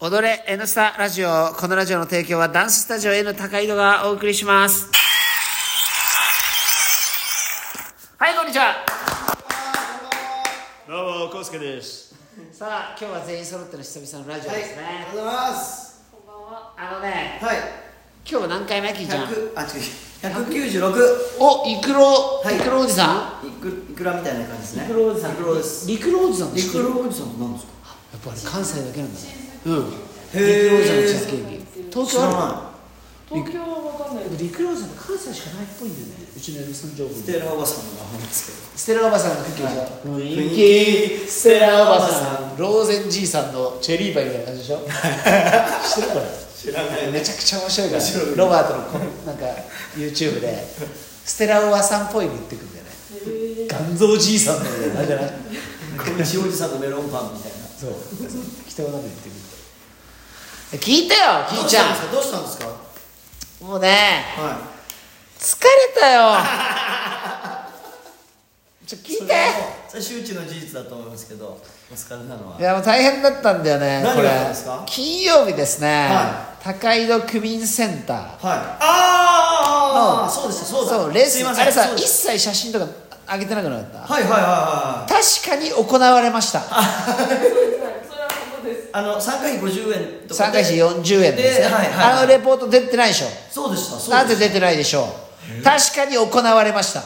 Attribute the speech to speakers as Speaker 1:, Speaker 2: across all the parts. Speaker 1: 踊れ N スタラジオこのラジオの提供はダンススタジオ N 高井戸がお送りしますはいこんにちは
Speaker 2: どうも、コスケです。
Speaker 1: さあ今日は全員揃っての久々のラジオですね、
Speaker 3: ありがとうございます。
Speaker 1: あのね
Speaker 3: はい。
Speaker 1: 今日何回目きいちゃん
Speaker 3: 百あ違う。百九十六。
Speaker 1: おイクロ、
Speaker 3: はい
Speaker 1: イクロおじさ
Speaker 3: いくいくらみたいな感じです
Speaker 1: ん
Speaker 3: ね。いくらです。
Speaker 1: リクロおじさんって
Speaker 3: い
Speaker 1: 知って
Speaker 3: く
Speaker 1: る
Speaker 3: らおじさんって何ですか。
Speaker 1: やっぱり関西だけなんだねうん
Speaker 3: へー
Speaker 1: リクロおじさんのチーズケーキ東京あ
Speaker 4: 東京はわかんない
Speaker 1: る
Speaker 4: けど
Speaker 1: リクロおじさんって関西しかないっぽいんだよねうちの嫁さん情報
Speaker 3: ステラおばさんの名前です
Speaker 1: ステラおばさんのクッキーでしょ
Speaker 3: い
Speaker 1: 雰囲気ステラおばさんローゼンじいさんのチェリーパイみたいな感じでしょ知ってるこ
Speaker 3: けど。知らない
Speaker 1: れめちゃくちゃ面白いから
Speaker 3: 面白い
Speaker 1: ロバートのこうなんか YouTube でステラおばさんっぽいの言ってくるんだよね
Speaker 4: へー
Speaker 1: 元蔵じいさんみたいな感じじゃない
Speaker 3: 小西おじさんのメロンパンみたいな。
Speaker 1: そう人がなんか言ってくるえ聞いたよひーちゃ
Speaker 3: どうしたんですか。どうした
Speaker 1: ん
Speaker 3: んで
Speaker 1: もうね
Speaker 3: す
Speaker 1: 疲
Speaker 3: か。は
Speaker 1: れたよちょ
Speaker 3: い。
Speaker 1: 聞い
Speaker 3: そ
Speaker 1: て。
Speaker 3: れはもうそれ周知の事実だと思いますけど、お疲れなのはい
Speaker 1: やもう大変だったんだよね
Speaker 3: 何
Speaker 1: これ
Speaker 3: があったんですか
Speaker 1: 金曜日ですね、
Speaker 3: は
Speaker 1: 高井戸区民センター
Speaker 3: あーあーあーあーそうでしたそうだ。
Speaker 1: そうレース
Speaker 3: すいません
Speaker 1: あれさ
Speaker 3: そうで
Speaker 1: 一
Speaker 3: す
Speaker 1: 切写真とか上げてなくなかった
Speaker 3: はいはいはいはい。
Speaker 1: 確かに行われました
Speaker 4: それは本当です
Speaker 3: あの参加費50円とか
Speaker 1: 参
Speaker 3: で
Speaker 1: 加費40円ですね、
Speaker 3: ではいはいは
Speaker 1: あ
Speaker 3: い
Speaker 1: のレポート出てないでしょ
Speaker 3: そうでしたそう
Speaker 1: な
Speaker 3: で
Speaker 1: ぜ
Speaker 3: し
Speaker 1: 出てないでしょう確かに行われました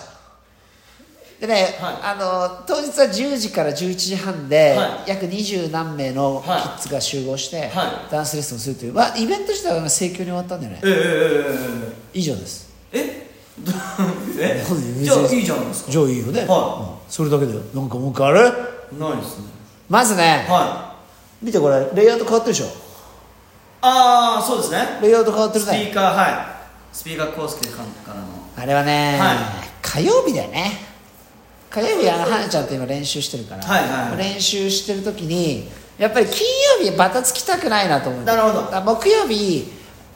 Speaker 1: でね、
Speaker 3: はい
Speaker 1: あの当日は10時から11時半で、
Speaker 3: は
Speaker 1: 約20何名のキ
Speaker 3: はい
Speaker 1: ッズが集合して、
Speaker 3: は
Speaker 1: ダンスレッスンをするという、まあ、イベント自体は盛況に終わったんだよね
Speaker 3: たええ
Speaker 1: 以上です
Speaker 3: えええええ どえ
Speaker 1: そうです
Speaker 3: じゃあいいじゃないですか
Speaker 1: じゃあいいよね、
Speaker 3: は
Speaker 1: うんそれだけだよなんか文句ある
Speaker 3: ないですね
Speaker 1: まずね、
Speaker 3: はい
Speaker 1: 見てこれレイアウト変わってるでしょ
Speaker 3: ああそうですね
Speaker 1: レイアウト変わってる
Speaker 3: スピ
Speaker 1: ね
Speaker 3: ーカーはいスピーカーコースケ監督からの
Speaker 1: あれはね、
Speaker 3: は
Speaker 1: 火曜日だよね火曜日あの花ちゃんと今練習してるから、
Speaker 3: はいはいはい
Speaker 1: 練習してる時にやっぱり金曜日バタつきたくないなと思う
Speaker 3: なるほど
Speaker 1: だから木曜日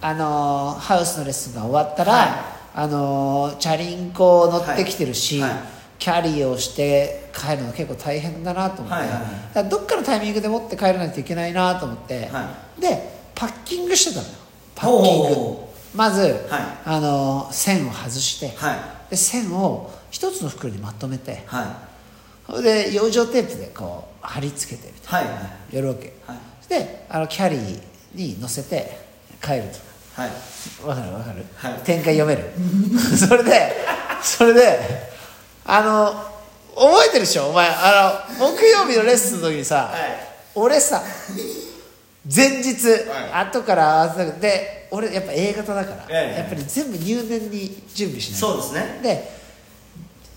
Speaker 1: あのーハウスのレッスンが終わったら、
Speaker 3: はい
Speaker 1: あのーチャリンコ乗ってきてるし、
Speaker 3: はいはい
Speaker 1: キャリーをして帰るの結構大変だなと思って、
Speaker 3: はいはいはい
Speaker 1: だからどっかのタイミングで持って帰らないといけないなと思って、
Speaker 3: は
Speaker 1: でパッキングしてたのよパッキン
Speaker 3: お
Speaker 1: グまず、あの線を外して、
Speaker 3: はい
Speaker 1: で線を一つの袋にまとめて
Speaker 3: はい
Speaker 1: それで養生テープでこう貼り付けてみたい
Speaker 3: はいはい
Speaker 1: なやるわけ、
Speaker 3: はい
Speaker 1: であのキャリーに乗せて帰る
Speaker 3: はい
Speaker 1: とわかるわかる、
Speaker 3: はい
Speaker 1: 展開読める それでそれであの覚えてるでしょお前あの木曜日のレッスンの時にさ、
Speaker 3: はい
Speaker 1: 俺さ前日、
Speaker 3: は
Speaker 1: 後から合わせなくで俺やっぱ A 型だから、
Speaker 3: ええ
Speaker 1: やっぱり全部入念に準備しないと
Speaker 3: そうですね
Speaker 1: で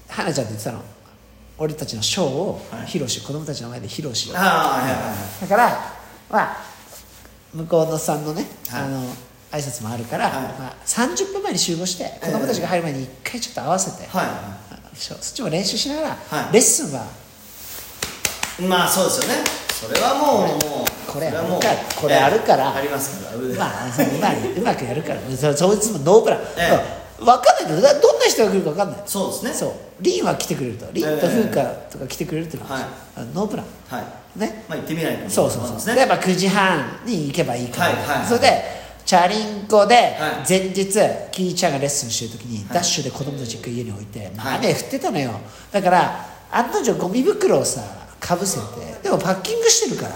Speaker 1: 花ちゃんって言ってたの俺たちのショーを
Speaker 3: はい
Speaker 1: 披露し、子供たちの前で披露しよう
Speaker 3: ああはいはいはい
Speaker 1: だからまあ向こうのさんのね、
Speaker 3: はい
Speaker 1: あの挨拶もあるから、
Speaker 3: はい
Speaker 1: まあ、30分前に集合して子供たちが入る前に一回ちょっと合わせて、
Speaker 3: は
Speaker 1: そそっちも練習しながら、
Speaker 3: はい
Speaker 1: レッスンはい
Speaker 3: まあそうですよねそれはもうもう
Speaker 1: これ
Speaker 3: そはもう
Speaker 1: これこれあるから
Speaker 3: ええありますから
Speaker 1: まあ、そうう まいうまくやるから、そそいつもノープラン、
Speaker 3: え
Speaker 1: 分かんないけど、だどんな人が来るか分かんない、
Speaker 3: そうですね
Speaker 1: そう、リンは来てくれると、リンと
Speaker 3: ええ
Speaker 1: 風花とか来てくれるっていうのは、
Speaker 3: はい
Speaker 1: あのノープラン、
Speaker 3: はい
Speaker 1: ね、
Speaker 3: まあ行ってみないと
Speaker 1: そうそう
Speaker 3: なん
Speaker 1: そ
Speaker 3: で
Speaker 1: う、
Speaker 3: す
Speaker 1: で
Speaker 3: ね
Speaker 1: やっぱ9時半に行けばいいから、
Speaker 3: はいはい
Speaker 1: それで、チャリンコで
Speaker 3: は、い
Speaker 1: 前日、キーちゃんがレッスンしてるときに、ダッシュで子供たち一回家に置いて、まあ
Speaker 3: はい
Speaker 1: 雨降ってたのよ、だから、案の定、ゴミ袋をさ、かぶせて、でもパッキングしてるから、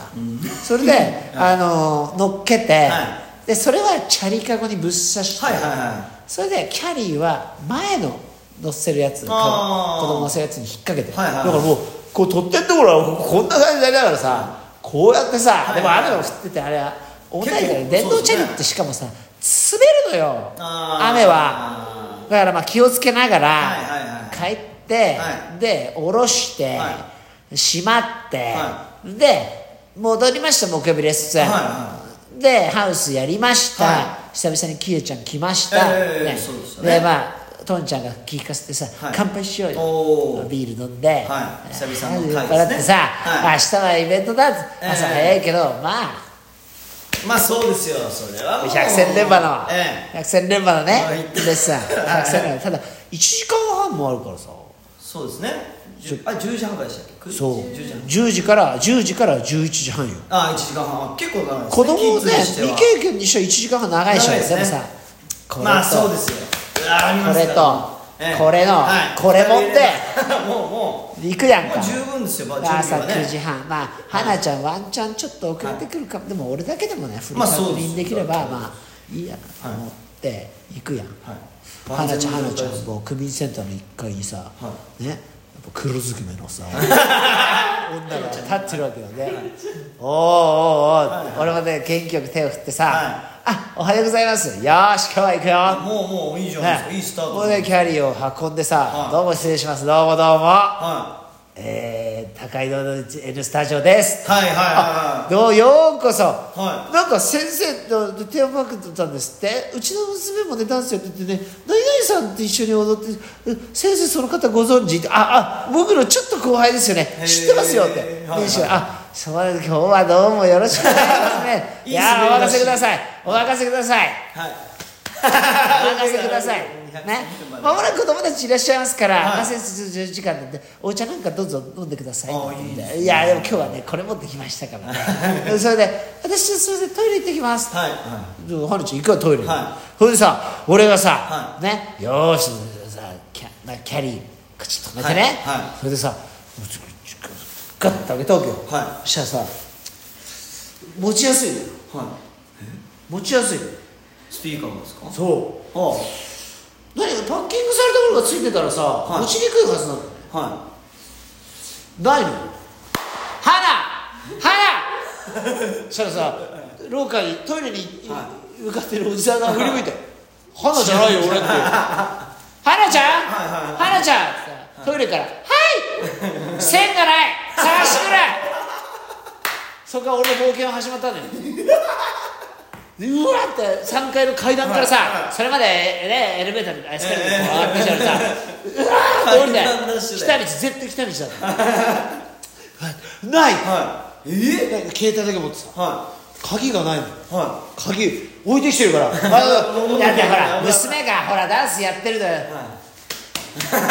Speaker 1: そ れで、あの乗っけて、
Speaker 3: は
Speaker 1: でそれはチャリカゴにぶっ刺して、
Speaker 3: はいはいはい
Speaker 1: それでキャリーは前の乗せるやつ子
Speaker 3: あー
Speaker 1: 供乗せるやつに引っ掛けて、
Speaker 3: はいはいはい
Speaker 1: だからもうこう取ってんところはこんな感じだからさこうやってさ、
Speaker 3: いはいはい
Speaker 1: でも雨が降っててあれは重たいから
Speaker 3: 結構
Speaker 1: 電動チャリ
Speaker 3: そう
Speaker 1: っ
Speaker 3: で
Speaker 1: てしかもさ滑るのよ
Speaker 3: あー
Speaker 1: 雨はだからまあ気をつけなが
Speaker 3: はいは
Speaker 1: ら
Speaker 3: い
Speaker 1: 帰って、
Speaker 3: は
Speaker 1: で下ろして、
Speaker 3: は
Speaker 1: しまって、
Speaker 3: は
Speaker 1: で戻りました木曜日レッスン、
Speaker 3: はいはい
Speaker 1: でハウスやりました、
Speaker 3: は
Speaker 1: 久々にキエちゃん来ました、
Speaker 3: ええそうでしたね
Speaker 1: まあトンちゃんが聞かせてさ、
Speaker 3: はい
Speaker 1: 乾杯しようよ
Speaker 3: おー
Speaker 1: ビール飲んで、
Speaker 3: はい久々の
Speaker 1: 酔っ
Speaker 3: 会ですね
Speaker 1: 払ってさ、
Speaker 3: はい
Speaker 1: 明日はイベントだって、
Speaker 3: ええ
Speaker 1: 朝早いけどまあ
Speaker 3: まあそうですよそれはもう
Speaker 1: 百戦錬磨の、
Speaker 3: ええ
Speaker 1: 百戦錬磨のね
Speaker 3: はい
Speaker 1: レッスン
Speaker 3: はい
Speaker 1: 百戦錬磨ただ1時間半もあるからさ
Speaker 3: そうですねじゅあ10時半からでしたっけ
Speaker 1: そう
Speaker 3: 10時半
Speaker 1: 10時から10時から11時半よ
Speaker 3: ああ1時間半結構長いです
Speaker 1: 子供
Speaker 3: キッズ
Speaker 1: ね
Speaker 3: にしては
Speaker 1: 未経験にしては1時間半長いでしょ
Speaker 3: 長いですね
Speaker 1: もさこれと
Speaker 3: まあそうですようわーありますから
Speaker 1: これとこれのこれ持って
Speaker 3: もうも
Speaker 1: 行くやん
Speaker 3: うも
Speaker 1: か
Speaker 3: う十分ですよまあ準
Speaker 1: 朝
Speaker 3: 備は
Speaker 1: 9
Speaker 3: ね
Speaker 1: 時半まあ花ちゃんワンちゃんちょっと遅れてくるかもでも俺だけでもねフル
Speaker 3: まあ
Speaker 1: 確
Speaker 3: そうです
Speaker 1: 認できれば
Speaker 3: はい
Speaker 1: まあいいやなと思って行くやん
Speaker 3: はい
Speaker 1: 花ちゃん花ちゃん
Speaker 3: 万全の状態です
Speaker 1: もう区民センターの1階にさ
Speaker 3: は
Speaker 1: ねやっぱ黒ずくめの さ女が立ってるわけよねおーおーおー俺もね元気よく手を振ってさあおはようございますよーし今日は行くよ
Speaker 3: あもうもういいじゃないですかいいスタート
Speaker 1: もうねキャリーを運んでさ
Speaker 3: はい
Speaker 1: どうも失礼しますどうもどうも
Speaker 3: は
Speaker 1: えー、高井戸の N スタジオです。
Speaker 3: いはいはいはい
Speaker 1: あ
Speaker 3: は
Speaker 1: どうようこそ、
Speaker 3: は
Speaker 1: なんか先生と手をまくってたんですってうちの娘もねダンスやっててね何々さんと一緒に踊ってえ先生その方ご存知ってああ僕のちょっと後輩ですよね
Speaker 3: へー
Speaker 1: 知ってますよって、
Speaker 3: はい
Speaker 1: で
Speaker 3: はい
Speaker 1: 一緒にあそう今日はどうもよろしくお願いしますね
Speaker 3: いい
Speaker 1: いやーお
Speaker 3: 滑り出
Speaker 1: 任
Speaker 3: し
Speaker 1: せくださいお任せくださいお
Speaker 3: い
Speaker 1: 任せくだ さい。ね、まもなく子供たちいらっしゃいますから、
Speaker 3: はい
Speaker 1: 朝10時間なんで、お茶なんかどうぞ飲んでください
Speaker 3: あいいですね
Speaker 1: いや、でも今日はね、これ持ってきましたから ね。それで、私、すみません、トイレ行ってきます。
Speaker 3: はい
Speaker 1: ではるちゃん、行くわ、トイレに。
Speaker 3: は
Speaker 1: それでさ、俺がさ、
Speaker 3: は
Speaker 1: ね、よーし、さキャなキャリー、口止めてね、
Speaker 3: はいはい
Speaker 1: それでさ、ガッと開けたわけよ。
Speaker 3: は
Speaker 1: そしたらさ、持ちやすいよ
Speaker 3: は
Speaker 1: 持ちやすいよ
Speaker 3: いスピーカーもですか
Speaker 1: そう。
Speaker 3: は
Speaker 1: 何かパッキングされたものがついてたらさ、
Speaker 3: い
Speaker 1: 持ちにくいはずなの
Speaker 3: いは
Speaker 1: ないの花花 そしたらさ廊下にトイレに、
Speaker 3: は
Speaker 1: 向かってるおじさんが振り向いて「花じゃないよ俺」って「花 ちゃん、
Speaker 3: はいはいはい
Speaker 1: 花ちゃん」ってさトイレから「はい線がない探してくれ!」そこから俺の冒険は始まったのよでうわって3階の階段からさ、
Speaker 3: はいはい
Speaker 1: それまで、ね、エレベーターでエスカレーターでこう上がってきたら さ、うわーって降りて
Speaker 3: 階段ダッシ
Speaker 1: 来
Speaker 3: ュで
Speaker 1: た道絶対来た道だったない、
Speaker 3: はいえ
Speaker 1: なんか携帯だけ持ってた
Speaker 3: は
Speaker 1: 鍵がないの
Speaker 3: いは
Speaker 1: 鍵置いてきてる から
Speaker 3: もう
Speaker 1: だってほら
Speaker 3: もう
Speaker 1: 娘がほらダンスやってるの よ
Speaker 3: いは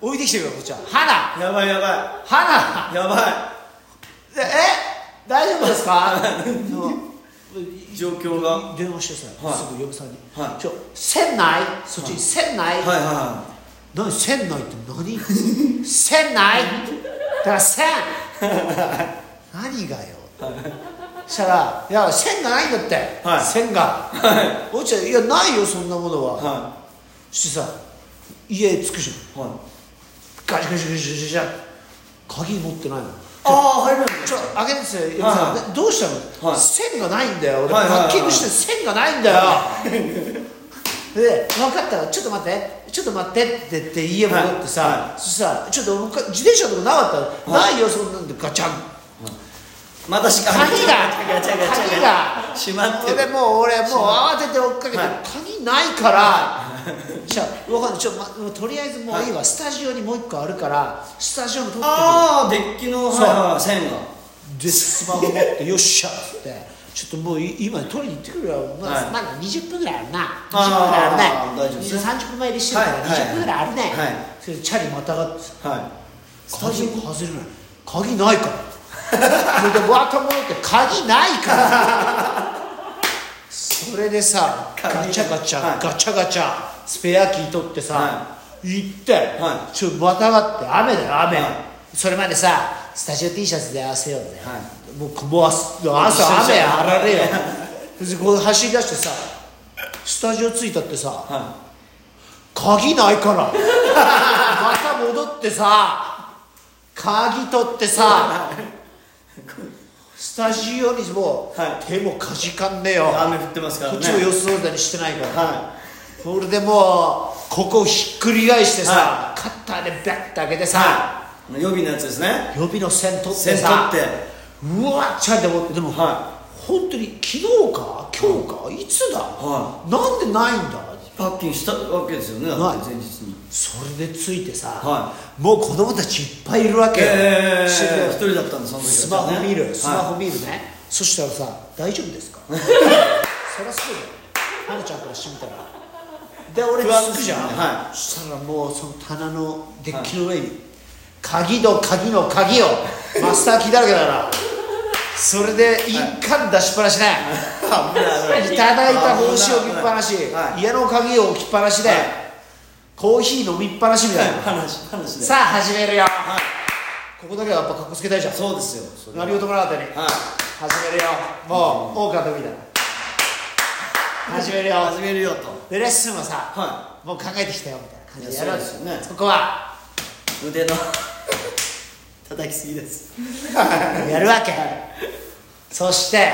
Speaker 1: 置いてきてるからこっちは花
Speaker 3: いやばいやば
Speaker 1: 花
Speaker 3: いやば
Speaker 1: え 大丈夫です かでも
Speaker 3: い状況がはい
Speaker 1: 電話してさ、
Speaker 3: はい
Speaker 1: すぐ嫁さんに「
Speaker 3: はい
Speaker 1: ちょ船内そっちに船内、
Speaker 3: はいは
Speaker 1: 何船内って何船内だから船何がよそしたら「いや線がないんだって、
Speaker 3: はい
Speaker 1: 線が」落ちちゃういやないよそんなものは」
Speaker 3: いは
Speaker 1: してさ家着くじゃん
Speaker 3: いはい
Speaker 1: ガシガシガシガシガシ鍵持ってないの
Speaker 3: ああ入れない
Speaker 1: ちょ開けてすよ、嫁
Speaker 3: はい
Speaker 1: さんでどうしたの、
Speaker 3: はい
Speaker 1: 線がないんだよ俺、
Speaker 3: はいはいはい
Speaker 1: パッキングして線がないんだよ、で分かったちょっと待ってちょっと待ってって言って家戻ってさ、
Speaker 3: はい
Speaker 1: そしたらちょっと僕自転車とかなかったら、
Speaker 3: はい
Speaker 1: ないよそんなんでガチャン
Speaker 3: またしか
Speaker 1: 鍵が
Speaker 3: ガチャガチャ
Speaker 1: 鍵
Speaker 3: ガ
Speaker 1: が
Speaker 3: チャ閉まって
Speaker 1: で
Speaker 3: る
Speaker 1: もう俺もう慌てて追っかけて、
Speaker 3: はい
Speaker 1: 鍵ないからじゃあ分かんないちょっと、ま、もうとりあえずもういいわ、スタジオにもう一個あるからスタジオに取ってくる
Speaker 3: ああデッキのはい
Speaker 1: そう
Speaker 3: はい線が
Speaker 1: でスマホ持って「よっしゃ」っつって「ちょっともうい今取りに行ってくるよ、まあ
Speaker 3: はい
Speaker 1: まだ20分ぐらいあるな20分ぐらいあるね
Speaker 3: あー大丈夫です
Speaker 1: 30分前入りしてるから
Speaker 3: はい
Speaker 1: 20分ぐらいあるね、
Speaker 3: はい
Speaker 1: それでチャリまたがってさ
Speaker 3: はいスタジ
Speaker 1: 鍵
Speaker 3: オ
Speaker 1: 外れない鍵ないからそれでわーっと戻って鍵ないから それでさ
Speaker 3: 鍵
Speaker 1: ガチャガチャ、
Speaker 3: はい
Speaker 1: ガチャガチャスペアキー取ってさ、
Speaker 3: は
Speaker 1: 行って、
Speaker 3: は
Speaker 1: ちょまたがって雨だよ雨、
Speaker 3: はい
Speaker 1: それまでさスタジオ T シャツで合わせようぜ、
Speaker 3: は
Speaker 1: もうもう朝朝雨あられよでこう走り出してさスタジオ着いたってさ、
Speaker 3: は
Speaker 1: 鍵ないからまた戻ってさ鍵取ってさスタジオにもう、
Speaker 3: はい
Speaker 1: 手もかじかんねえよ
Speaker 3: い雨降ってますから
Speaker 1: こ
Speaker 3: ね
Speaker 1: っちも予想だにしてないから、
Speaker 3: は
Speaker 1: それでもうここをひっくり返してさ、
Speaker 3: は
Speaker 1: カッターでバッて開けて
Speaker 3: い
Speaker 1: さ、
Speaker 3: はい予備のやつですね
Speaker 1: 予備の線取って
Speaker 3: 線取
Speaker 1: さ
Speaker 3: って
Speaker 1: うわっちゃでもでも、
Speaker 3: は
Speaker 1: 本当に昨日か今日か、いつだ、
Speaker 3: は
Speaker 1: なんでないんだ
Speaker 3: パッキンしたわけですよねだ
Speaker 1: はい
Speaker 3: って前日に
Speaker 1: それでついてさ、
Speaker 3: は
Speaker 1: もう子供たちいっぱいいるわけよ、
Speaker 3: ええ
Speaker 1: それで
Speaker 3: 一人だったんでその時は
Speaker 1: スマホ見る、
Speaker 3: はい
Speaker 1: スマホ見るね、そしたらさ「大丈夫ですか? 」そりゃそうだよ花ちゃんからしてみたらで俺
Speaker 3: 不安
Speaker 1: つくじゃん、
Speaker 3: は
Speaker 1: そしたらもうその棚のデッキの上に、鍵の鍵の鍵をマスターキーだらけだからそれで印鑑出しっぱなしね、
Speaker 3: あ危ない危ない
Speaker 1: い、ただいた帽子置きっぱなし、
Speaker 3: はい
Speaker 1: 家の鍵を置きっぱなしで、
Speaker 3: はい
Speaker 1: コーヒー飲みっぱなしみたいな、
Speaker 3: 話話で
Speaker 1: さあ始めるよ、
Speaker 3: はい
Speaker 1: ここだけはやっぱかっこつけたいじゃん
Speaker 3: そうですよそれは
Speaker 1: 何事もなかったね
Speaker 3: はい
Speaker 1: 始めるよもう大川みたいな始めるよ
Speaker 3: 始めるよと
Speaker 1: でレッスンもさ
Speaker 3: は
Speaker 1: もう考えてきたよみたいな感じでやるわけ
Speaker 3: いやそうですよね
Speaker 1: そこはい
Speaker 3: 腕の叩きすぎです
Speaker 1: やるわけ、そして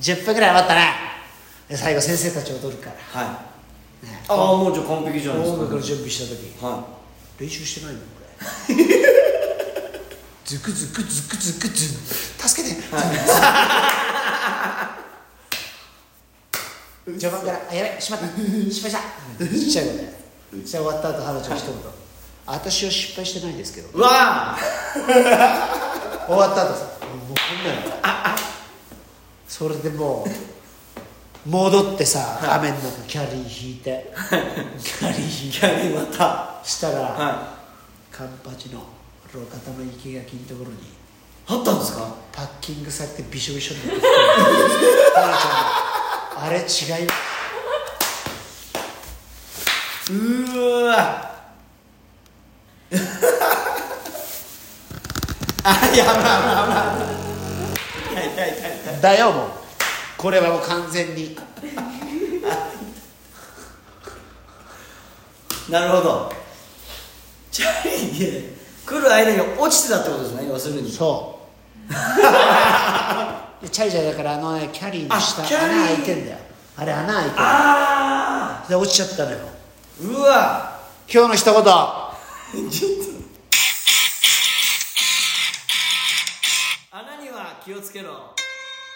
Speaker 1: 10分ぐらい余ったねで最後先生たち踊るから
Speaker 3: はいああもうじゃあ完璧じゃないです
Speaker 1: 音
Speaker 3: か
Speaker 1: 楽の準備した時
Speaker 3: は
Speaker 1: 練習してないのこれズクズクズクズクズク助けて、序盤から「あやべしまった失敗した」ちっちゃい声でそして終わった後花ちゃん一言「私は失敗してないですけど
Speaker 3: い」うわー
Speaker 1: 終わった後さもうこんなのそれでもう戻ってさ雨の中キャリー引いてキャリー引い
Speaker 3: ギ
Speaker 1: て
Speaker 3: ャリまた
Speaker 1: したら、
Speaker 3: は
Speaker 1: カンパチの路肩の生け垣のところに
Speaker 3: いあったんですか
Speaker 1: パッキングされてびしょびしょになってて花ちゃんがあれ違います
Speaker 3: うー わあやばいやばいやばい痛い痛い痛い痛い
Speaker 1: だよもうこれはもう完全に
Speaker 3: なるほどチャリで来る間に落ちてたってことですね要するに
Speaker 1: そうでチャリチャリだからあのねキャリーの下
Speaker 3: あキャリー
Speaker 1: 穴開いてんだよあれ穴開いて
Speaker 3: あ
Speaker 1: るで落ちちゃったのよ
Speaker 3: ーうわ
Speaker 1: 今日の一言
Speaker 3: 穴には気をつけろ